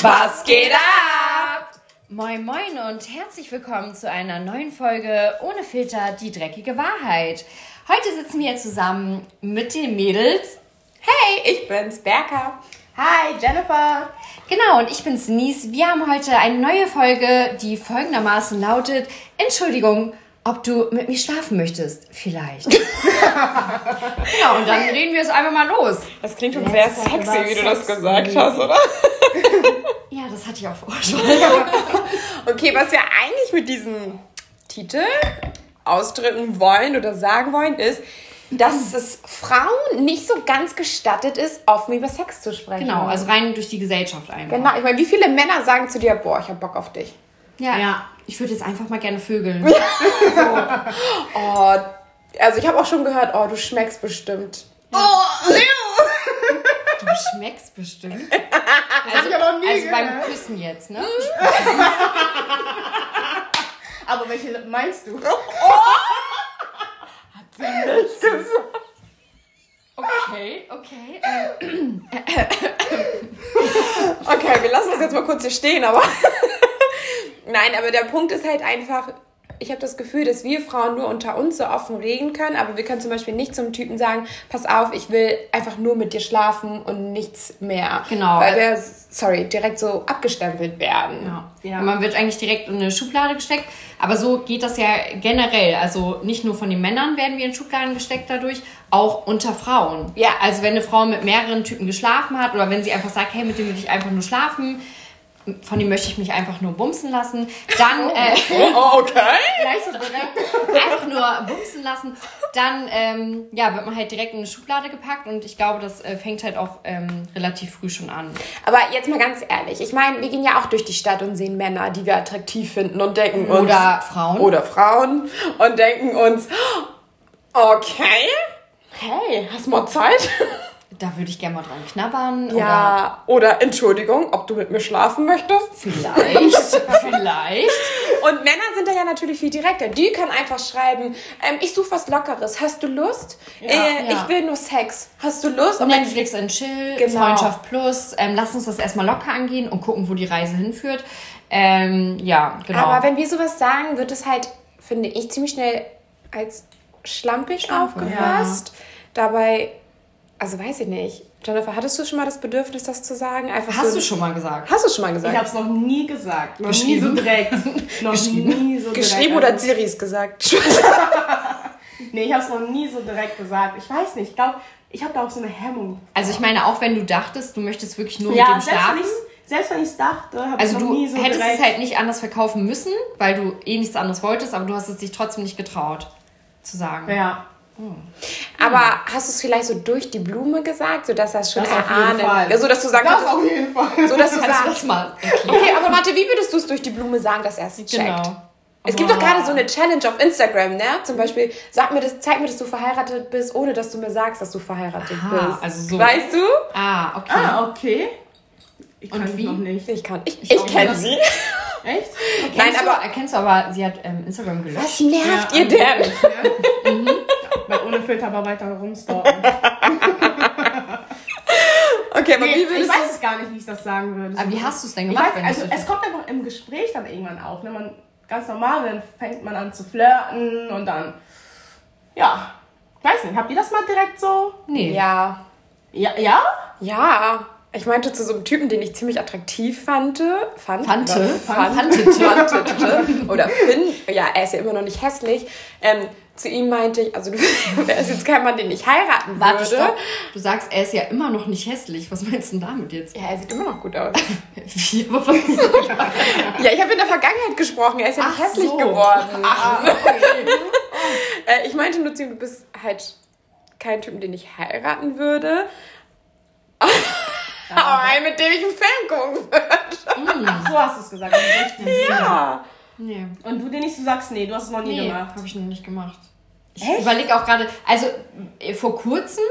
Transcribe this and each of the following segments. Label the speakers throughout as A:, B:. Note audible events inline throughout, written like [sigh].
A: Was geht ab?
B: Moin Moin und herzlich willkommen zu einer neuen Folge ohne Filter, die dreckige Wahrheit. Heute sitzen wir zusammen mit den Mädels.
A: Hey, ich bin's, Berka.
C: Hi, Jennifer.
B: Genau, und ich bin's Nies. Wir haben heute eine neue Folge, die folgendermaßen lautet: Entschuldigung, ob du mit mir schlafen möchtest, [laughs] vielleicht. genau, und dann reden wir es einfach mal los.
A: Das klingt schon sehr
C: Letzte Folge
A: sexy,
C: war
A: wie du das
C: sexy.
A: gesagt hast, oder?
B: Ja, das hatte ich auch vorgeschlagen.
A: Okay, was wir eigentlich mit diesem Titel ausdrücken wollen oder sagen wollen, ist, dass es Frauen nicht so ganz gestattet ist, offen über Sex zu sprechen.
B: Genau, also rein durch die Gesellschaft einfach.
A: Genau, ich meine, wie viele Männer sagen zu dir, boah, ich hab Bock auf dich?
B: Ja, ich würde jetzt einfach mal gerne vögeln.
A: Oh, also ich habe auch schon gehört, oh, du schmeckst bestimmt. Oh, Leo!
B: Du schmeckst bestimmt.
C: Also, ich aber noch nie
B: Also beim
C: gehört.
B: Küssen jetzt, ne?
C: Aber welche Lippen meinst du?
B: Okay, okay. Äh,
A: Okay, wir lassen das jetzt mal kurz hier stehen, aber. [laughs] Nein, aber der Punkt ist halt einfach, ich habe das Gefühl, dass wir Frauen nur unter uns so offen reden können, aber wir können zum Beispiel nicht zum Typen sagen, pass auf, ich will einfach nur mit dir schlafen und nichts mehr.
B: Genau.
A: Weil wir, sorry, direkt so abgestempelt werden.
B: ja.
C: Ja.
B: Man wird eigentlich direkt in eine Schublade gesteckt, aber so geht das ja generell. Also nicht nur von den Männern werden wir in Schubladen gesteckt dadurch, auch unter Frauen.
A: Ja.
B: Also wenn eine Frau mit mehreren Typen geschlafen hat oder wenn sie einfach sagt, hey, mit dem will ich einfach nur schlafen, von dem möchte ich mich einfach nur bumsen lassen, dann äh,
A: Oh, oh, okay.
B: gleich so direkt [laughs] einfach nur bumsen lassen, dann ähm, ja, wird man halt direkt in eine Schublade gepackt und ich glaube, das äh, fängt halt auch ähm, relativ früh schon an.
A: Aber jetzt mal ganz ehrlich, ich meine, wir gehen ja auch durch die Stadt und sehen Männer, die wir attraktiv finden und denken uns.
B: Oder Frauen.
A: Oder Frauen und denken uns, okay, hey, hast mal Zeit?
B: Da würde ich gerne mal dran knabbern.
A: Ja, oder Entschuldigung, ob du mit mir schlafen möchtest.
B: Oder vielleicht, vielleicht.
A: Und Männer sind da ja natürlich viel direkter. Die können einfach schreiben, ähm, ich suche was Lockeres. Hast du Lust? äh,
B: ja.
A: Ich will nur Sex. Hast du Lust? Und dann,
B: Netflix and Chill,
A: Genau.
B: Freundschaft Plus. Ähm, lass uns das erstmal locker angehen und gucken, wo die Reise hinführt. Ähm, ja, genau.
A: aber wenn wir sowas sagen, wird es halt, finde ich, ziemlich schnell als schlampig aufgefasst. Dabei, also weiß ich nicht. Jennifer, hattest du schon mal das Bedürfnis, das zu sagen? Einfach
B: Hast
A: so,
B: du schon mal gesagt?
A: Hast du schon mal gesagt?
C: Ich hab's noch nie gesagt. Noch
B: Geschrieben.
C: nie
A: [laughs]
C: so direkt. Noch nie so
A: Geschrieben
C: direkt. Also,
A: oder Siris gesagt?
C: Nee, ich hab's noch nie so direkt gesagt. Ich weiß nicht. Ich glaube, ich habe da auch so eine Hemmung.
B: Also ich meine, auch wenn du dachtest, du möchtest wirklich nur mit dem
C: selbst wenn,
B: schlafen.
C: ich's, selbst wenn ich's dachte, hab
B: Also
C: ich noch
B: du
C: nie so
B: hättest
C: direkt.
B: es halt nicht anders verkaufen müssen, weil du eh nichts anderes wolltest, aber du hast es dich trotzdem nicht getraut zu sagen.
C: ja.
A: [laughs] Aber hast du es vielleicht so durch die Blume gesagt, sodass er es schon
C: Das auf jeden
A: erahnen?
C: Fall.
A: Ja, so dass du sagen
C: Das
A: kannst,
C: auf jeden Fall.
A: so dass du
B: Kannst du das
A: sagst.
B: mal erklären?
A: Okay, aber warte, wie würdest du es durch die Blume sagen, dass er es checkt?
B: Genau.
A: Es gibt doch gerade so eine Challenge auf Instagram, ne? Zum Beispiel, sag mir das, zeig mir, dass du verheiratet bist, ohne dass du mir sagst, dass du verheiratet
B: Aha,
A: bist.
B: also so.
A: Weißt du?
B: Ah, okay.
C: Ah, okay. Ich
B: Und
C: kann es
B: wie?
C: noch nicht.
A: Ich kann, ich, ich,
B: auch
A: kenne
B: nicht.
A: sie.
C: Echt? Okay.
A: Nein,
B: Kennst du,
A: aber
B: erkennst du aber, sie hat ähm, Instagram gelöscht.
A: was nervt
C: Ja,
A: ihr denn? [laughs]
C: Weil ohne Filter mal weiter rumstalken.
A: Okay, aber
C: Nee,
A: wie
C: ich
A: würdest du Also
C: weiß es gar nicht, wie ich das sagen würde.
B: Aber Ah, wie hast du es denn
C: Ich
B: gemacht?
C: weiß,
B: wenn
C: also
B: du's-
C: es kommt einfach im Gespräch dann irgendwann auf. Wenn man ganz normal, dann fängt man an zu flirten und dann, ja, ich weiß nicht, habt ihr das mal direkt so?
B: nee.
A: Ja.
C: Ja, ja?
A: Ja. Ich meinte zu so einem Typen, den ich ziemlich attraktiv fand. Fand?
B: Fante?
A: Fand.
B: Fante.
A: Tante oder Finn, ja, er ist ja immer noch nicht hässlich. Ähm, zu ihm meinte ich, also [laughs] du er ist jetzt kein Mann, den ich heiraten
B: Warte,
A: würde.
B: stopp. Du sagst, er ist ja immer noch nicht hässlich. Was meinst du denn damit [laughs] jetzt?
A: Ja, er sieht immer noch gut aus.
B: Wie, aber was?
A: ja, ich habe in der Vergangenheit gesprochen, er ist ja nicht
B: Ach
A: hässlich
B: so.
A: geworden.
B: Ah, okay.
A: [laughs] Äh, ich meinte nur zu ihm, du bist halt kein Typen, den ich heiraten würde. [laughs] Aber ein, mit dem ich einen Film gucken würde.
C: Ach, so hast du es gesagt. im Gespräch.
A: Ja.
B: Nee.
C: Und du, den nicht so sagst, nee, du hast es noch nie
B: Nee,
C: gemacht.
B: habe ich noch nicht gemacht. Ich überlege auch gerade, also äh, vor kurzem,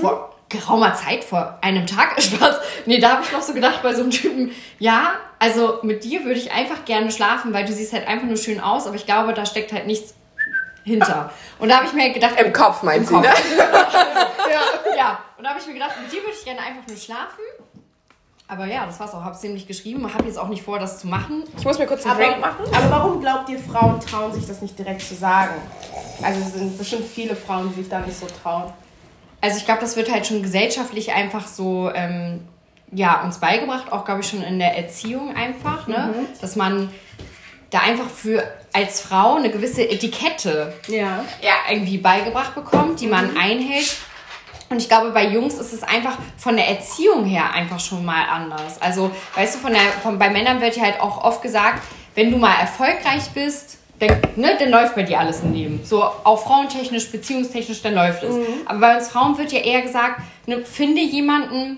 B: vor geraumer Zeit, vor einem Tag, [laughs] Spaß, nee, da habe ich noch so gedacht bei so einem Typen, ja, also mit dir würde ich einfach gerne schlafen, weil du siehst halt einfach nur schön aus, aber ich glaube, da steckt halt nichts hinter. Und da habe ich mir halt gedacht,
A: Im Kopf meinst
B: Im
A: du, ne?
B: ja, und da habe ich mir gedacht, mit dir würde ich gerne einfach nur schlafen. Aber ja, das war's auch. Hab's dem nicht geschrieben, hab jetzt auch nicht vor, das zu machen.
A: Ich muss mir kurz einen
C: Aber,
A: Drink machen.
C: aber warum glaubt ihr, Frauen trauen sich das nicht direkt zu sagen? Also es sind bestimmt viele Frauen, die sich da nicht so trauen.
B: Also ich glaube, das wird halt schon gesellschaftlich einfach so, ähm, ja, uns beigebracht, auch glaube ich schon in der Erziehung einfach, ne? Dass man da einfach für als Frau eine gewisse Etikette
C: Ja.
B: ja, irgendwie beigebracht bekommt, die man einhält. Und ich glaube, bei Jungs ist es einfach von der Erziehung her einfach schon mal anders. Also, weißt du, von der, von, bei Männern wird ja halt auch oft gesagt, wenn du mal erfolgreich bist, dann, ne, dann läuft bei dir alles im Leben. So auch frauentechnisch, beziehungstechnisch, dann läuft es. Aber bei uns Frauen wird ja eher gesagt, ne, finde jemanden,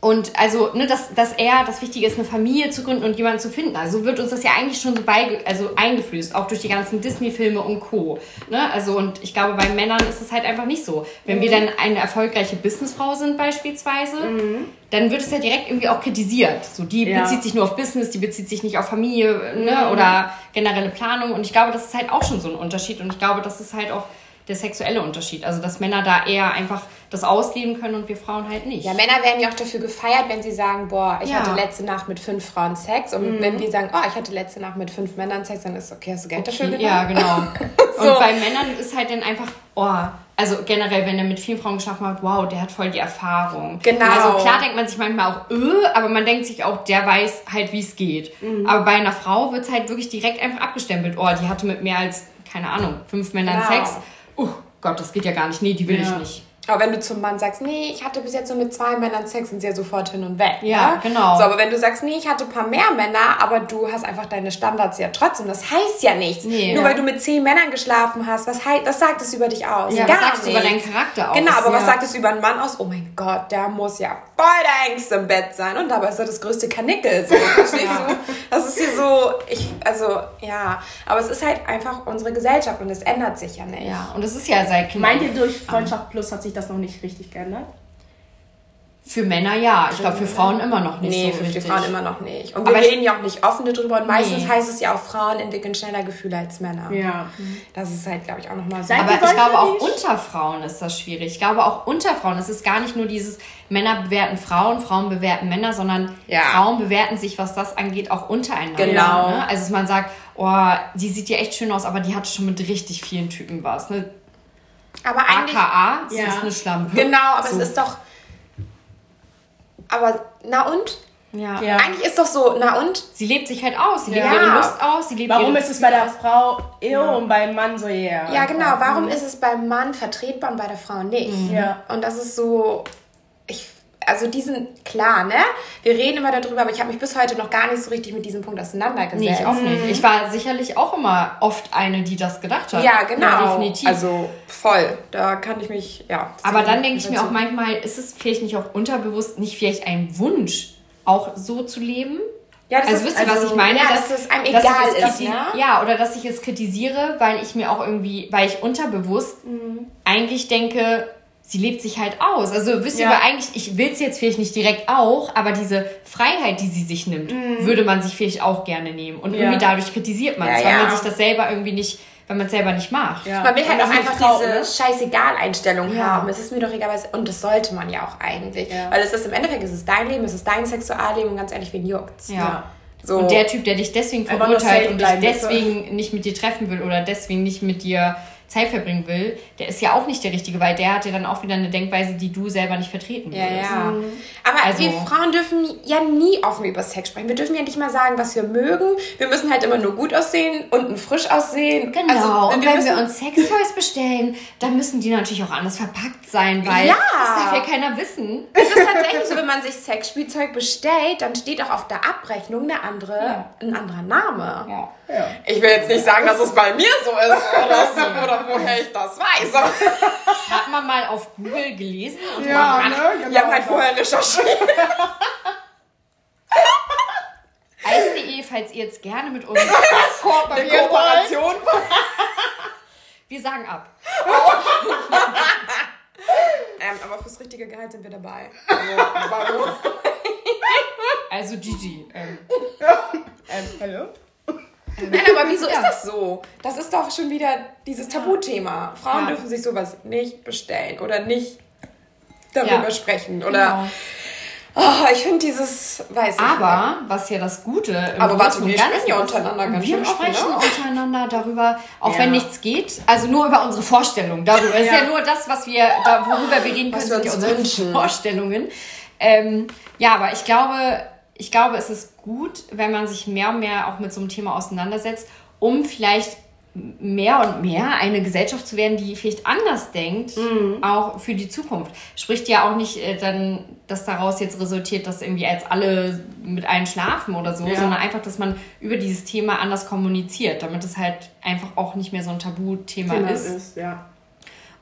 B: und also, ne, dass, dass er, das Wichtige ist, eine Familie zu gründen und jemanden zu finden. Also so wird uns das ja eigentlich schon so beige, also eingeflößt, auch durch die ganzen Disney-Filme und Co. Ne? Also, und ich glaube, bei Männern ist es halt einfach nicht so. Wenn wir dann eine erfolgreiche Businessfrau sind beispielsweise, dann wird es ja direkt irgendwie auch kritisiert. So, die
C: Ja.
B: bezieht sich nur auf Business, die bezieht sich nicht auf Familie ne? oder generelle Planung. Und ich glaube, das ist halt auch schon so ein Unterschied. Und ich glaube, das ist halt auch der sexuelle Unterschied. Also, dass Männer da eher einfach das ausleben können und wir Frauen halt nicht.
A: Ja, Männer werden ja auch dafür gefeiert, wenn sie sagen, boah, ich
B: Ja.
A: hatte letzte Nacht mit fünf Frauen Sex. Und wenn die sagen, oh, ich hatte letzte Nacht mit fünf Männern Sex, dann ist okay, hast du Geld dafür genommen? [laughs]
B: Ja, genau.
A: So.
B: Und bei Männern ist halt dann einfach, oh, also generell, wenn er mit vielen Frauen geschlafen hat, wow, der hat voll die Erfahrung.
A: Genau.
B: Also klar denkt man sich manchmal auch, öh, aber man denkt sich auch, der weiß halt, wie es geht.
A: Mhm.
B: Aber bei einer Frau wird es halt wirklich direkt einfach abgestempelt. Oh, die hatte mit mehr als, keine Ahnung, fünf Männern
A: Genau.
B: Sex. Oh Gott, das geht ja gar nicht. Nee, die will
C: Ja.
B: ich nicht.
A: Aber wenn du zum Mann sagst, nee, ich hatte bis jetzt nur mit zwei Männern Sex, sind sie ja sofort hin und weg.
B: Ja,
A: ne?
B: genau.
A: So, aber wenn du sagst, nee, ich hatte ein paar mehr Männer, aber du hast einfach deine Standards ja trotzdem, das heißt ja nichts.
B: Nee.
A: nur
B: Ja.
A: weil du mit zehn Männern geschlafen hast, was hei- das sagt es über dich aus?
B: Ja,
A: Gar
B: was sagst du
A: nicht.
B: über deinen Charakter aus?
A: Genau, aber was
B: Ja.
A: sagt es über einen Mann aus? Oh mein Gott, der muss ja voll der Ängste im Bett sein. Und dabei ist er das größte Kanickel.
B: [laughs]
A: So, verstehst du? Das ist hier so, ich, also, ja. Aber es ist halt einfach unsere Gesellschaft und es ändert sich ja nicht.
B: Ja, und das ist ja seit Kindern.
C: Meint ihr, durch Freundschaft Plus hat sich das noch nicht richtig geändert?
B: Für Männer ja. Ich glaube, für Frauen immer noch nicht
A: Nee,
B: so
A: für die
B: richtig.
A: Frauen immer noch nicht. Und wir
B: Aber ich-
A: reden ja auch nicht offen darüber. Und meistens
B: Nee.
A: heißt es ja auch, Frauen entwickeln schneller Gefühle als Männer.
C: Ja.
A: Das ist halt, glaube ich, auch nochmal so.
C: Seid
B: Aber
C: Die
B: ich
C: wollen
B: glaube,
C: ja
B: auch
C: nicht.
B: unter Frauen ist das schwierig. Ich glaube, auch unter Frauen. Es ist gar nicht nur dieses Männer bewerten Frauen, Frauen bewerten Männer, sondern
A: Ja.
B: Frauen bewerten sich, was das angeht, auch untereinander.
A: Genau.
B: Ne? Also, dass man sagt, oh, die sieht ja echt schön aus, aber die hat schon mit richtig vielen Typen was. Ne?
A: aber eigentlich,
B: AKA, sie
C: Ja.
B: ist eine Schlampe.
A: genau, aber
B: So.
A: es ist doch. Aber, na und?
B: Ja.
C: Ja.
A: Eigentlich ist doch so, na und?
B: Sie lebt sich halt aus, sie lebt
C: Ja.
B: ihre Lust aus, sie lebt
C: Warum
B: ihre
C: ist es bei der Frau eher und beim Mann so eher?
A: Ja, genau. Warum ist es beim Mann vertretbar und bei der Frau nicht?
B: Mhm.
C: Ja.
A: Und das ist so, ich, also diesen, klar, ne? Wir reden immer darüber, aber ich habe mich bis heute noch gar nicht so richtig mit diesem Punkt auseinandergesetzt.
B: Nee, ich auch nicht. Ich war sicherlich auch immer oft eine, die das gedacht hat.
A: Ja, genau.
B: definitiv.
A: Also voll. Da kann ich mich, ja.
B: Aber dann denke ich mir
A: also
B: auch manchmal, ist es vielleicht nicht auch unterbewusst, nicht vielleicht ein Wunsch, auch so zu leben?
A: Ja, das
B: also
A: ist-
B: wisst ihr, was
A: also,
B: ich meine?
A: ja, dass es einem
B: dass ich
A: egal
B: es
A: ist,
B: kriti-
A: ne?
B: Ja, oder dass ich es kritisiere, weil ich mir auch irgendwie, weil ich unterbewusst
A: Mhm.
B: eigentlich denke, sie lebt sich halt aus. Also wisst ihr,
C: Ja.
B: weil eigentlich, ich will es jetzt vielleicht nicht direkt auch, aber diese Freiheit, die sie sich nimmt, würde man sich vielleicht auch gerne nehmen. Und
C: Ja.
B: irgendwie dadurch kritisiert man es,
A: Mhm. Ja,
B: weil
A: ja.
B: man sich das selber irgendwie nicht, weil man es selber nicht macht.
C: Ja.
A: Man will halt
C: Und
A: auch
C: das nicht
A: einfach
C: traut,
A: diese
C: ne?
A: Scheißegal-Einstellung
B: Ja.
A: haben. Es ist mir doch egal, was. Und das sollte man ja auch eigentlich.
C: Ja.
A: Weil es ist im Endeffekt, es ist dein Leben, es ist dein Sexualleben und ganz ehrlich, wen juckt's?
B: ja.
A: So.
B: Und der Typ, der dich deswegen
C: Einfach nur
B: verurteilt
C: safe
B: und dich
C: bleiben,
B: deswegen nicht mit dir treffen will oder deswegen nicht mit dir Zeit verbringen will, der ist ja auch nicht der Richtige, weil der hat ja dann auch wieder eine Denkweise, die du selber nicht vertreten
A: ja,
B: würdest.
A: ja. Aber
B: Also-
A: wir Frauen dürfen ja nie offen über Sex sprechen. Wir dürfen ja nicht mal sagen, was wir mögen. Wir müssen halt immer nur gut aussehen und ein frisch aussehen.
B: Genau,
A: Also,
B: und wenn
A: müssen-
B: wir
A: [laughs]
B: uns Sextoys bestellen, dann müssen die natürlich auch anders verpackt sein, weil
A: Ja.
B: das darf ja keiner wissen.
A: Es ist tatsächlich so, wenn man sich Sexspielzeug bestellt, dann steht auch auf der Abrechnung eine andere, ein anderer Name.
B: Ja.
A: Ich will jetzt nicht sagen, dass es bei mir so ist oder, so, oder woher ich das weiß. aber
B: Genau. Hat man mal auf Google gelesen und
C: Ja,
B: man
C: ne? Genau.
A: Ich habe halt vorher recherchiert.
B: Eis.de, falls ihr jetzt gerne mit uns,
A: Eine Kooperation.
B: wir sagen ab.
A: Ähm, aber fürs richtige Gehalt sind wir dabei. Also, warum?
B: Also Gigi.
A: [laughs]
B: Ähm,
C: Ähm, hallo?
A: Nein, aber wieso ist das so? Das ist doch schon wieder dieses Tabuthema. Frauen
B: Ja.
A: dürfen sich sowas nicht bestellen oder nicht darüber
B: Ja.
A: sprechen. Oder
B: genau.
A: Oh, ich finde dieses, weiß ich nicht.
B: Aber was ja das Gute im
A: Aber warte,
B: Großen und
A: wir
B: Ganzen
A: sprechen ja
B: ist,
A: untereinander ganz
B: wir
A: schön offen,
B: sprechen
A: ne?
B: untereinander darüber, auch
C: Ja.
B: wenn nichts geht, also nur über unsere Vorstellungen darüber. Es ist ja
C: Ja.
B: nur das, was wir, da, worüber wir reden können,
A: Was
B: sind
A: wir
B: ja
A: uns
B: unsere
A: wünschen.
B: [laughs] Vorstellungen. Ähm, ja, aber ich glaube, ich glaube, es ist gut, wenn man sich mehr und mehr auch mit so einem Thema auseinandersetzt, um vielleicht mehr und mehr eine Gesellschaft zu werden, die vielleicht anders denkt,
C: Mhm.
B: auch für die Zukunft. Spricht ja auch nicht äh, dann, dass daraus jetzt resultiert, dass irgendwie jetzt alle mit allen schlafen oder so,
C: Ja.
B: sondern einfach, dass man über dieses Thema anders kommuniziert, damit es halt einfach auch nicht mehr so ein Tabuthema
C: Thema
B: ist.
C: ist, ja.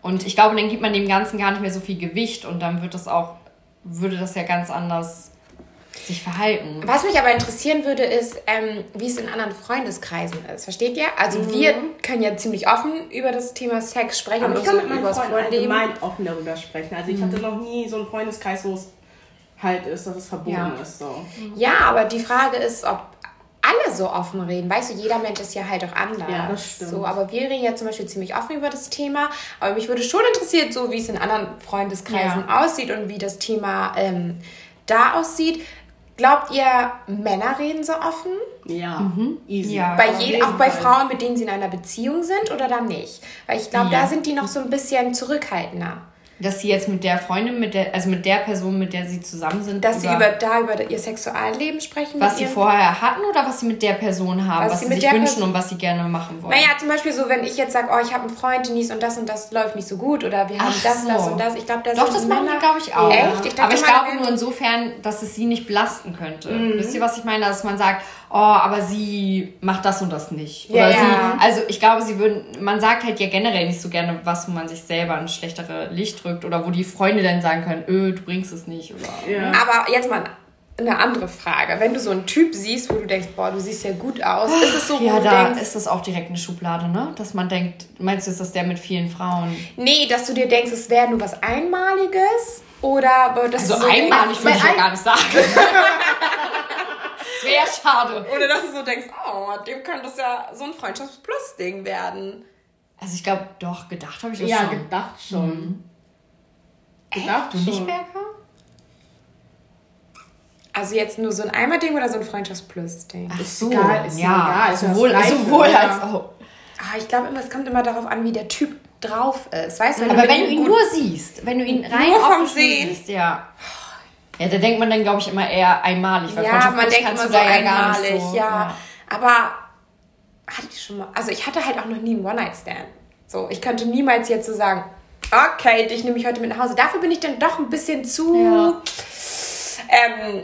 B: Und ich glaube, dann gibt man dem Ganzen gar nicht mehr so viel Gewicht und dann wird das auch, würde das ja ganz anders sich verhalten.
A: Was mich aber interessieren würde, ist, ähm, wie es in anderen Freundeskreisen ist. Versteht ihr? Also
C: Mhm.
A: wir können ja ziemlich offen über das Thema Sex sprechen
C: Aber
A: und
C: ich kann mit
A: so
C: meinen
A: übers
C: Freunden
A: Freundeleben.
C: allgemein offen darüber sprechen. Also ich hatte noch nie so einen Freundeskreis, wo es halt ist, dass es verboten
B: Ja.
C: ist. So.
A: Ja, aber die Frage ist, ob alle so offen reden. Weißt du, jeder Mensch ist ja halt auch anders.
C: Ja, das stimmt.
A: So, aber wir reden ja zum Beispiel ziemlich offen über das Thema. Aber mich würde schon interessiert, so wie es in anderen Freundeskreisen aussieht und wie das Thema ähm, da aussieht. Glaubt ihr, Männer reden so offen?
C: Ja, easy.
B: Ja.
A: Bei
B: Auf
A: jeden,
C: jeden
A: auch bei
C: Fall.
A: Frauen, mit denen sie in einer Beziehung sind oder dann nicht? Weil ich glaube,
B: Ja.
A: da sind die noch so ein bisschen zurückhaltender.
B: Dass sie jetzt mit der Freundin, mit der, also mit der Person, mit der sie zusammen sind,
A: Dass sie über, da über ihr Sexualleben sprechen.
B: was
A: mit
B: sie
A: ihren-
B: vorher hatten oder was sie mit der Person haben,
A: Was
B: was,
A: sie
B: sie,
A: mit
B: sich
A: der
B: wünschen
A: Person-
B: und was sie gerne machen wollen.
A: Naja, zum Beispiel so, wenn ich jetzt sage, oh, ich habe einen Freund, Denise, und das und das läuft nicht so gut oder wir haben
B: Ach
A: das,
B: so.
A: das und das. Ich glaube, da
B: Doch,
A: sind
B: das machen
A: Männer-
B: die, glaube ich, auch.
A: Echt? Ich dachte
B: aber ich
A: mal, Mhm.
B: glaube
A: wir-
B: nur insofern, dass es sie nicht belasten könnte. Wisst ihr, was ich meine? Dass man sagt, oh, aber sie macht das und das nicht.
A: Ja,
B: Oder
A: ja.
B: sie, also ich glaube, sie würden, man sagt halt ja generell nicht so gerne was, wo man sich selber in schlechtere Licht drückt oder wo die Freunde dann sagen können, öh, du bringst es nicht. Oder,
C: Ja.
A: Aber jetzt mal eine andere Frage. Wenn du so einen Typ siehst, wo du denkst, boah, du siehst ja gut aus, ist es so, wo
B: Ja,
A: du
B: da
A: denkst,
B: ist das auch direkt eine Schublade, ne? Dass man denkt, meinst du, ist das der mit vielen Frauen?
A: nee, dass du dir denkst, es wäre nur was Einmaliges oder dass du so denkst-
B: Also würde ich ja gar nicht sagen. [laughs] Wäre schade.
A: Oder dass du so denkst, oh, dem könnte das ja so ein Freundschafts-Plus-Ding werden.
B: Also ich glaube, doch, gedacht habe ich das
C: Ja,
B: schon.
C: gedacht schon. Gedacht
B: Du
A: Mhm.
C: schon.
B: nicht, Berka?
A: Also jetzt nur so ein Einmal-Ding oder so ein Freundschafts-Plus-Ding?
B: Ach
C: Ist egal, ist egal, ist ja das
B: sowohl,
C: Gleiche,
B: sowohl
C: ja.
B: als auch.
A: Ah, ich glaube immer, es kommt immer darauf an, wie der Typ drauf ist. Weißt du,
B: Aber
A: mit
B: wenn du
A: ihm
B: ihn
A: gut-
B: nur siehst, wenn du ihn rein
A: Nur vom
B: offen
A: Sehen.
B: siehst, ja. Ja, da denkt man dann, glaube ich, immer eher einmalig. Weil
A: Ja,
B: Freundschaft
A: man
B: plus
A: denkt
B: kannst
A: immer
B: du
A: so
B: da ja gar nicht
A: einmalig,
B: so-
A: ja. Aber hatte ich schon mal. Also ich hatte halt auch noch nie einen One-Night-Stand. So, ich könnte niemals jetzt so sagen, okay, dich nehme ich heute mit nach Hause. Dafür bin ich dann doch ein bisschen zu.
B: Ja.
A: Ähm,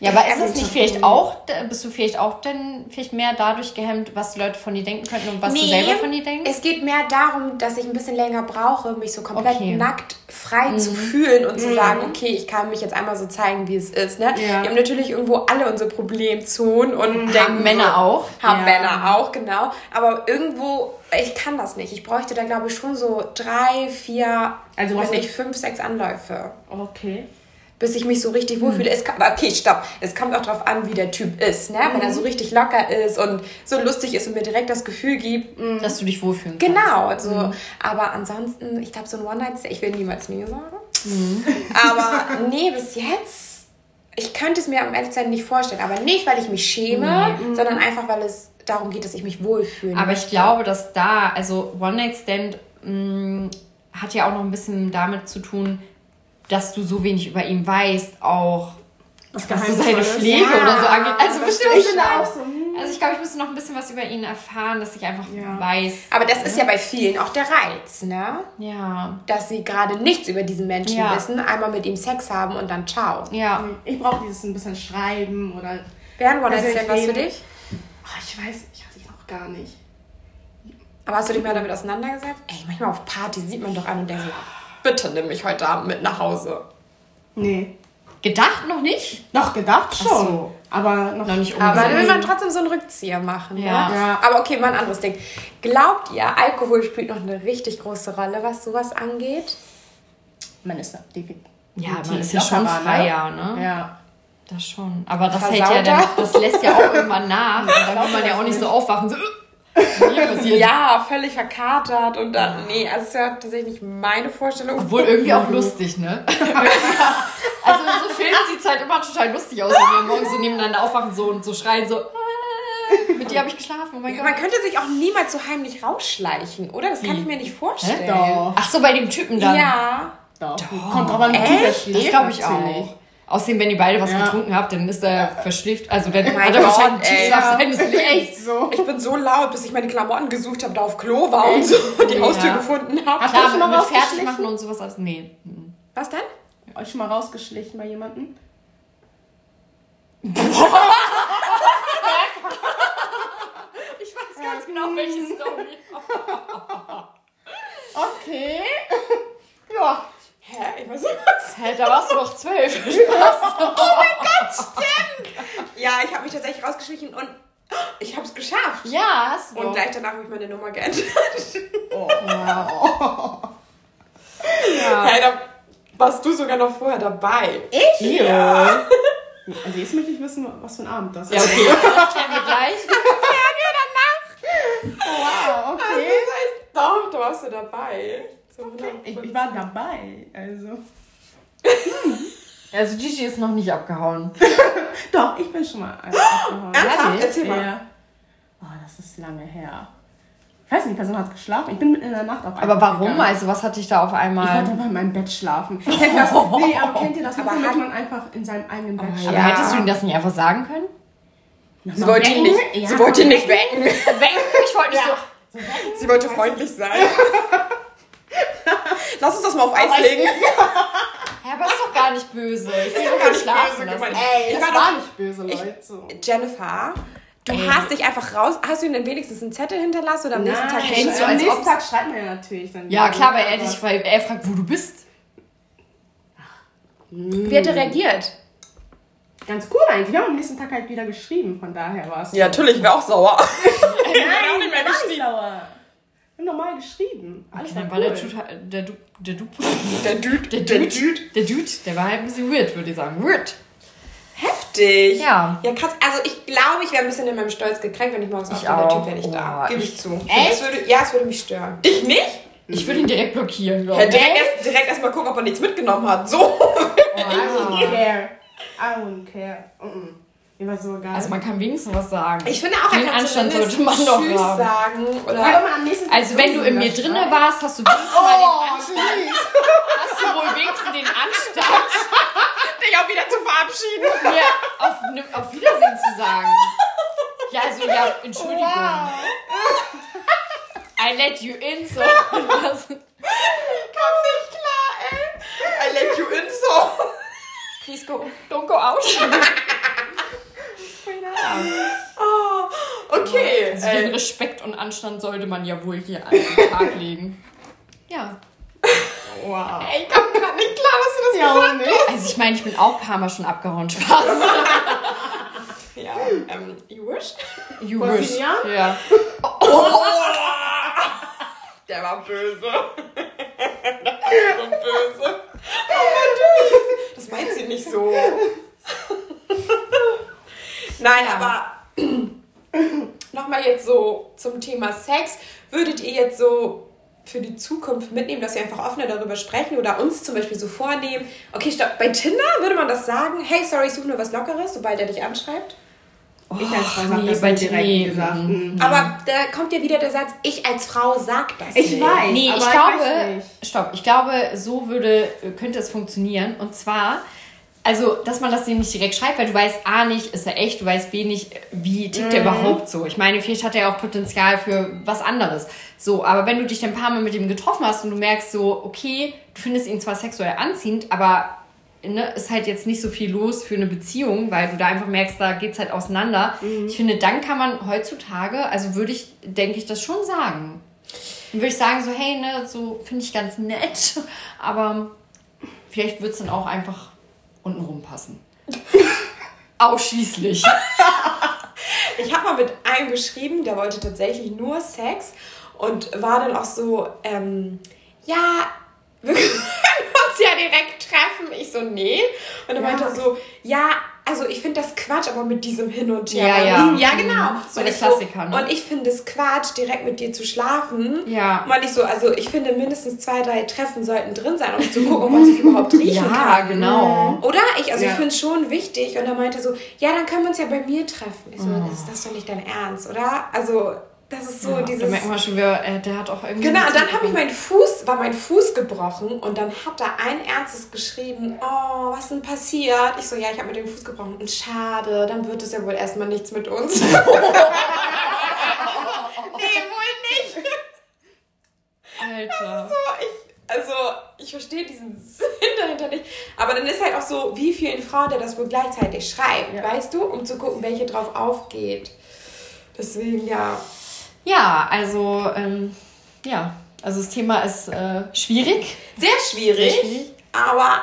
B: Ja, aber
A: Ja,
B: ist das
A: gut.
B: nicht vielleicht auch, bist du vielleicht auch denn vielleicht mehr dadurch gehemmt, was die Leute von dir denken könnten und was du
A: nee,
B: selber von dir denkst?
A: es geht mehr darum, dass ich ein bisschen länger brauche, mich so komplett
B: Okay. Mhm.
A: nackt frei zu fühlen und zu sagen, okay, ich kann mich jetzt einmal so zeigen, wie es ist. Ne? Wir
C: Ja.
A: haben natürlich irgendwo alle unsere Problemzonen und denken so,
B: Männer auch.
A: Haben
C: Ja.
A: Männer auch, genau. Aber irgendwo, ich kann das nicht. Ich bräuchte da, glaube ich, schon so drei, vier,
C: Also
A: weiß
C: was
A: nicht, fünf, sechs Anläufe,
C: Okay.
A: bis ich mich so
B: Hm.
A: richtig wohlfühle. Es kommt, okay, stopp. Es kommt auch drauf an, wie der Typ ist. Ne?
B: Hm.
A: Wenn er so richtig locker ist und so lustig ist und mir direkt das Gefühl gibt,
B: Dass du dich wohlfühlen
A: Ähm,
B: kannst.
A: genau. Also,
B: Mhm.
A: Aber ansonsten, ich glaube, so ein One-Night-Stand, ich will niemals nie sagen.
B: Mhm.
A: Aber nee, bis jetzt. Ich könnte es mir am ehrlich sein nicht vorstellen, aber nicht, weil ich mich schäme, sondern einfach, weil es darum geht, dass ich mich wohlfühle.
B: mhm. Aber ich glaube, dass da, also One-Night-Stand mh, mm, hat ja auch noch ein bisschen damit zu tun, dass du so wenig über ihn weißt, auch
C: Das
B: was so seine Pflege
A: Ja,
B: oder so angeht. Also bestimmt.
C: Ich finde auch so. hm.
B: Also ich glaube, ich müsste noch ein bisschen was über ihn erfahren, dass ich einfach
C: Ja.
B: weiß.
A: Aber das ist ja bei vielen auch der Reiz, ne?
B: Ja.
A: Dass sie gerade nichts über diesen Menschen
B: Ja.
A: wissen, einmal mit ihm Sex haben und dann ciao.
B: Ja.
C: Ich brauche dieses ein bisschen Schreiben oder.
A: Wäre ein
C: Also
A: One-Night-Stand
C: ich
A: was für
C: rede.
A: dich?
C: Ach, ich weiß, ich hatte ich noch gar nicht.
A: Aber hast du dich mal damit auseinandergesetzt? Ey, manchmal auf Party sieht man doch an und denkt so, bitte nimm mich heute Abend mit nach Hause.
C: Nee.
B: Gedacht noch nicht?
C: Noch gedacht schon.
B: Ach so.
C: Aber noch, Ah,
B: Noch nicht
A: Aber dann will
B: umgesetzt.
A: man trotzdem so einen Rückzieher machen,
B: Ja.
A: ne?
C: Ja.
A: Aber okay, mal ein anderes Ding. Glaubt ihr, Alkohol spielt noch eine richtig große Rolle, was sowas angeht?
C: Man ist da definitiv.
B: Ja, man ist ja schon
C: lockerer,
B: freier, ne?
C: Ja.
B: Das schon. Aber das
A: Versauter.
B: [laughs] hält ja dann, das lässt ja auch irgendwann nach. Und dann will man ja auch nicht so aufwachen. So, äh, Mir passiert.
A: Ja, völlig verkatert und dann, nee, also es ist ja tatsächlich nicht meine Vorstellung.
B: Obwohl irgendwie auch lustig, ne? also in so Filmen sieht es halt immer total lustig aus, wenn wir morgens so nebeneinander aufwachen so und so schreien, so, äh, mit dir habe ich geschlafen, oh mein Gott.
A: Man könnte sich auch niemals so heimlich rausschleichen, oder? Das kann ich mir nicht vorstellen.
C: Doch.
B: Ach so, bei dem Typen dann.
A: Ja.
C: Doch. Kommt drauf an, wie gut er
B: Echt? Das
C: schläft.
B: glaube ich
C: natürlich.
B: [laughs] auch. Außerdem, wenn ihr beide was
C: Ja.
B: getrunken habt, dann ist er verschläft. Also dann
A: mein
B: hat er
A: Gott,
B: wahrscheinlich
A: ey.
B: den Tiefschlaf seines Lebens.
C: Echt so.
A: Ich bin so laut, bis ich meine Klamotten gesucht habe, da auf Klo war und so
B: [laughs]
A: und die Haustür
B: Ja.
A: gefunden habe.
C: Hast
B: Klar,
C: du schon mal
B: mit fertig
C: rausgeschlichen?
B: machen und sowas. Also, nee.
A: Was denn?
C: Euch schon mal rausgeschlichen bei jemandem?
B: Ich weiß ganz genau, welche Story.
C: Okay. [laughs] ja.
A: Hä? Ich weiß nicht was.
B: [laughs] Hä, da warst du noch zwölf.
A: Ja, ich habe mich tatsächlich rausgeschlichen und ich habe es geschafft.
B: ja, hast du.
A: Und gleich danach habe ich meine Nummer geändert. [laughs]
C: Oh, wow.
B: ja.
A: Hey, da warst du sogar noch vorher dabei.
C: Ich?
B: Ja.
C: Also jetzt möchte ich wissen, was für ein Abend das
B: Ja,
C: ist.
B: okay. Das kennen wir gleich.
C: Wow,
A: [laughs]
C: okay.
A: Das heißt, doch, da warst du dabei. So
C: Ich, ich
A: 100%.
C: war dabei, also.
B: Also Gigi ist noch nicht abgehauen.
C: Doch, ich bin schon mal abgehauen.
A: Ernsthaft?
B: Ehrlich?
A: Erzähl mal.
C: Ja. Oh, das ist lange her. Ich weiß nicht, die Person hat geschlafen. Ich bin mitten in der Nacht auf einmal.
B: Aber warum?
C: gegangen.
B: Also was hatte ich da auf
C: Ich wollte
B: einmal?
C: aber in meinem Bett schlafen. Kennt ihr
B: [laughs]
C: das? Nee, aber kennt ihr das?
A: Aber
C: Manchmal
A: hat-
C: möchte man einfach in seinem eigenen Bett
B: Aber
C: schlafen.
A: Ja.
B: hättest du ihm das nicht einfach sagen können?
A: Sie wollte ihn nicht,
C: Ja,
A: sie wollte ihn
C: komm,
A: nicht wecken.
B: Ich wollte nicht
A: Sie wollte freundlich sein. Lass uns das mal auf Eis legen.
B: so. Hä, aber ist doch gar nicht böse. Ich
A: doch
B: will doch
A: gar
B: gar
A: nicht
B: schlafen
A: böse
B: lassen.
A: gemeint.
C: Ey,
A: Ich
C: das
A: war
C: war nicht böse,
A: ich-
C: Leute.
A: Jennifer, du hast dich einfach raus. Hast du ihm denn wenigstens einen Zettel hinterlassen oder am nächsten Tag
B: Kennst du,
C: am
B: als
C: nächsten
B: ob-
C: Tag schreibt man ja natürlich dann. ne?
B: Ja, klar, weil er
C: aber-
B: dich, weil er fragt, wo du bist.
A: Wie hat er reagiert?
C: Ganz cool eigentlich. Wir haben am nächsten Tag halt wieder geschrieben, von daher war es.
A: Ja, natürlich, ich wäre auch sauer.
C: Nein,
A: nicht
C: nicht
A: mehr
C: mehr geschrieben. Wir haben normal geschrieben. Alles
B: Dann
C: war
B: war der
C: cool.
B: Dude, halt- der Dude, der Dude,
A: Der Dude,
B: der Dude, der Dude, der war halt ein bisschen weird, würde ich sagen. Weird.
A: Heftig.
B: Ja.
A: Ja, krass. Also ich glaube, ich wäre ein bisschen in meinem Stolz gekränkt, wenn ich morgens
B: Ich
A: aufstehe. Der Typ
B: auch.
A: wäre nicht
B: Oh,
A: da. Gebe ich
B: ich-
A: zu.
B: Echt?
A: Das würde, ja, es würde mich stören. Dich nicht?
B: Ich würde ihn direkt blockieren,
A: Ja,
B: glaube ich.
A: direkt erst- direkt erstmal gucken, ob er nichts mitgenommen hat.
B: [laughs]
A: So.
B: Also,
C: I don't care. I don't care. Mm -mm. Mir war so geil.
B: Also man kann wenigstens was sagen.
A: Ich finde auch, er
B: Den
A: kann
B: Anstand
A: zumindest
B: sollte man doch
A: Tschüss
B: haben.
A: sagen.
C: Sag doch
A: Oder
C: mal am nächsten Tag
B: Also wenn du in mir
C: wieder
B: drinne warst, hast du wenigstens,
C: Oh,
B: mal den Anstand, hast du wohl wenigstens den Anstand,
A: dich auch wieder zu verabschieden.
B: mir auf, ne- auf Wiedersehen zu sagen. Ja, also ja, Entschuldigung. I let you in, so. Also,
A: Komm nicht klar, ey. I let you in so.
B: Please go, don't go out. [laughs]
A: [laughs] Oh, okay.
B: Also den
A: Ey.
B: Respekt und Anstand sollte man ja wohl hier an den Tag legen. Ja.
C: schreiben. Wow.
A: ey, ich komm grad nicht klar, dass du das
C: Ja,
A: gesagt
C: aber nicht.
B: Also ich meine, ich bin auch ein paar Mal schon abgehauen. Spaß.
A: hast. Ja, ähm, you wish?
B: You
C: Vor sieben Jahren?
B: Ja.
A: Der war [laughs] böse. Der war so böse. Oh Mann, das meint sie nicht so. Nein, aber nochmal jetzt so zum Thema Sex. Würdet ihr jetzt so für die Zukunft mitnehmen, dass wir einfach offener darüber sprechen oder uns zum Beispiel so vornehmen? Okay, stopp. Bei Tinder würde man das sagen, hey, sorry, ich suche nur was Lockeres, sobald er dich anschreibt.
C: Ich als Frau sag
B: Oh, nee,
C: das
B: bei
C: nicht direkt
B: nee.
C: gesagt. Mm.
A: Aber da kommt ja wieder der Satz, ich als Frau sag das
C: Ich
A: nicht.
C: weiß,
B: Nee,
C: aber
B: ich glaube,
C: weiß nicht.
B: stopp, ich glaube, so würde, könnte es funktionieren. Und zwar, also, dass man das dem nicht direkt schreibt, weil du weißt A nicht, ist er echt, du weißt B nicht, wie tickt
C: Mhm.
B: er überhaupt so. Ich meine, vielleicht hat er auch Potenzial für was anderes. So, aber wenn du dich dann ein paar Mal mit ihm getroffen hast und du merkst so, okay, du findest ihn zwar sexuell anziehend, aber ne, ist halt jetzt nicht so viel los für eine Beziehung, weil du da einfach merkst, da geht's halt auseinander.
C: Mhm.
B: Ich finde, dann kann man heutzutage, also würde ich, denke ich, das schon sagen. Dann würde ich sagen, so, hey, ne, so finde ich ganz nett, [laughs] aber vielleicht wird's dann auch einfach untenrum
A: [laughs]
B: passen. Ausschließlich.
A: Ich habe mal mit einem geschrieben, der wollte tatsächlich nur Sex und war dann auch so, ähm, ja, [laughs] wir können uns ja direkt treffen. Ich so, nee. Und dann meinte er so, ja, also ich finde das Quatsch, aber mit diesem Hin und Her.
B: Ja,
A: Dann-
B: ja.
A: ja genau.
B: So
A: und
B: der
A: ich
B: Klassiker, ne?
A: Und ich finde es Quatsch, direkt mit dir zu schlafen.
B: Ja.
A: Weil ich so, also ich finde mindestens zwei, drei Treffen sollten drin sein, um zu gucken, ob man sich überhaupt riechen
B: Ja,
A: kann.
B: genau.
A: Oder? Ich, also
B: Ja.
A: ich finde es schon wichtig. Und er meinte so, ja, dann können wir uns ja bei mir treffen. Ich so, das ist das doch nicht dein Ernst, oder? Also, das ist so
B: Oh. da
A: dieses...
B: merkt man schon, wer, äh, der hat auch irgendwie.
A: Genau, und dann habe ich meinen Fuß, war mein Fuß gebrochen und dann hat da ein Ernstes geschrieben, oh, was denn passiert? Ich so, ja, ich habe mir den Fuß gebrochen. Und schade, dann wird es ja wohl erstmal nichts mit uns. [laughs] nee, wohl nicht.
B: Alter.
A: So, ich, also, ich verstehe diesen [laughs] Sinn dahinter nicht. Aber dann ist halt auch so, wie vielen Frauen der das wohl gleichzeitig schreibt, weißt du? Um zu gucken, welche drauf aufgeht. Deswegen, ja.
B: Ja, also, ähm, ja. Also das Thema ist äh, schwierig,
A: Sehr schwierig,
B: Sehr schwierig.
A: aber...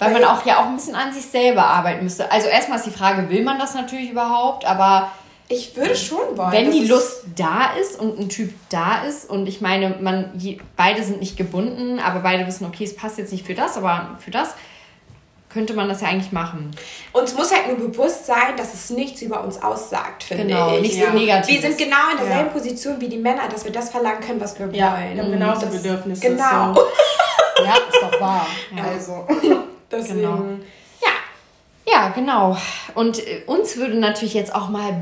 B: weil man auch ja auch ein bisschen an sich selber arbeiten müsste. Also erstmal ist die Frage, will man das natürlich überhaupt, aber
A: Ich würde schon wollen.
B: Wenn
A: dass
B: die
A: es-
B: Lust da ist und ein Typ da ist und ich meine, man, je, beide sind nicht gebunden, aber beide wissen, okay, es passt jetzt nicht für das, aber für das könnte man das ja eigentlich machen.
A: Uns muss halt nur bewusst sein, dass es nichts über uns aussagt, finde
B: Genau,
A: ich.
B: nichts Negatives.
A: Wir sind genau in derselben
B: Ja.
A: Position wie die Männer, dass wir das verlangen können, was wir
C: Ja,
A: wollen.
C: wir haben genauso Bedürfnisse.
A: Genau.
C: So.
B: Ja, ist doch wahr.
A: Also, [laughs] deswegen.
B: Genau.
A: Ja,
B: Ja, genau. Und äh, uns würde natürlich jetzt auch mal äh,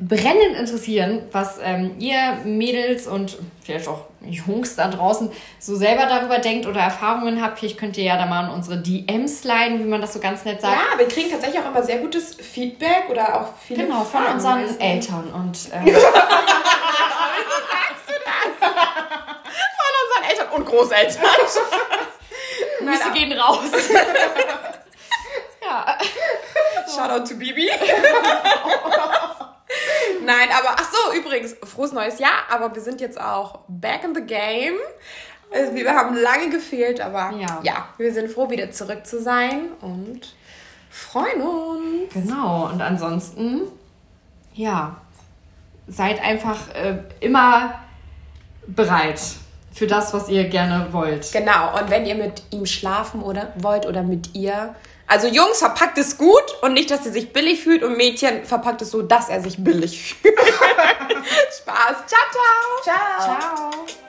B: brennend interessieren, was ähm, ihr Mädels und vielleicht auch Jungs da draußen so selber darüber denkt oder Erfahrungen habt. Vielleicht könnt ihr ja da mal in unsere DMs leiden, wie man das so ganz nett sagt.
A: ja, wir kriegen tatsächlich auch immer sehr gutes Feedback oder auch viele
B: Genau, von
A: Fragen, Also, weißt
B: unseren
A: du?
B: Eltern und ähm, [laughs]
C: Von unseren Eltern und Großeltern.
B: Grüße gehen raus. Genau. [laughs] ja,
A: Shoutout to Bibi. [laughs] Nein, aber ach so, übrigens, frohes neues Jahr, aber wir sind jetzt auch back in the game. Also, wir haben lange gefehlt, aber
B: Ja.
A: ja. wir sind froh, wieder zurück zu sein und freuen uns.
B: genau. Und ansonsten, ja, seid einfach äh, immer bereit für das, was ihr gerne wollt.
A: Genau, und wenn ihr mit ihm schlafen oder wollt oder mit ihr. Also Jungs, verpackt es gut und nicht, dass ihr sich billig fühlt und Mädchen verpackt [laughs] es so, dass er sich billig fühlt. Spaß. Ciao, ciao.
C: Ciao.
B: Ciao.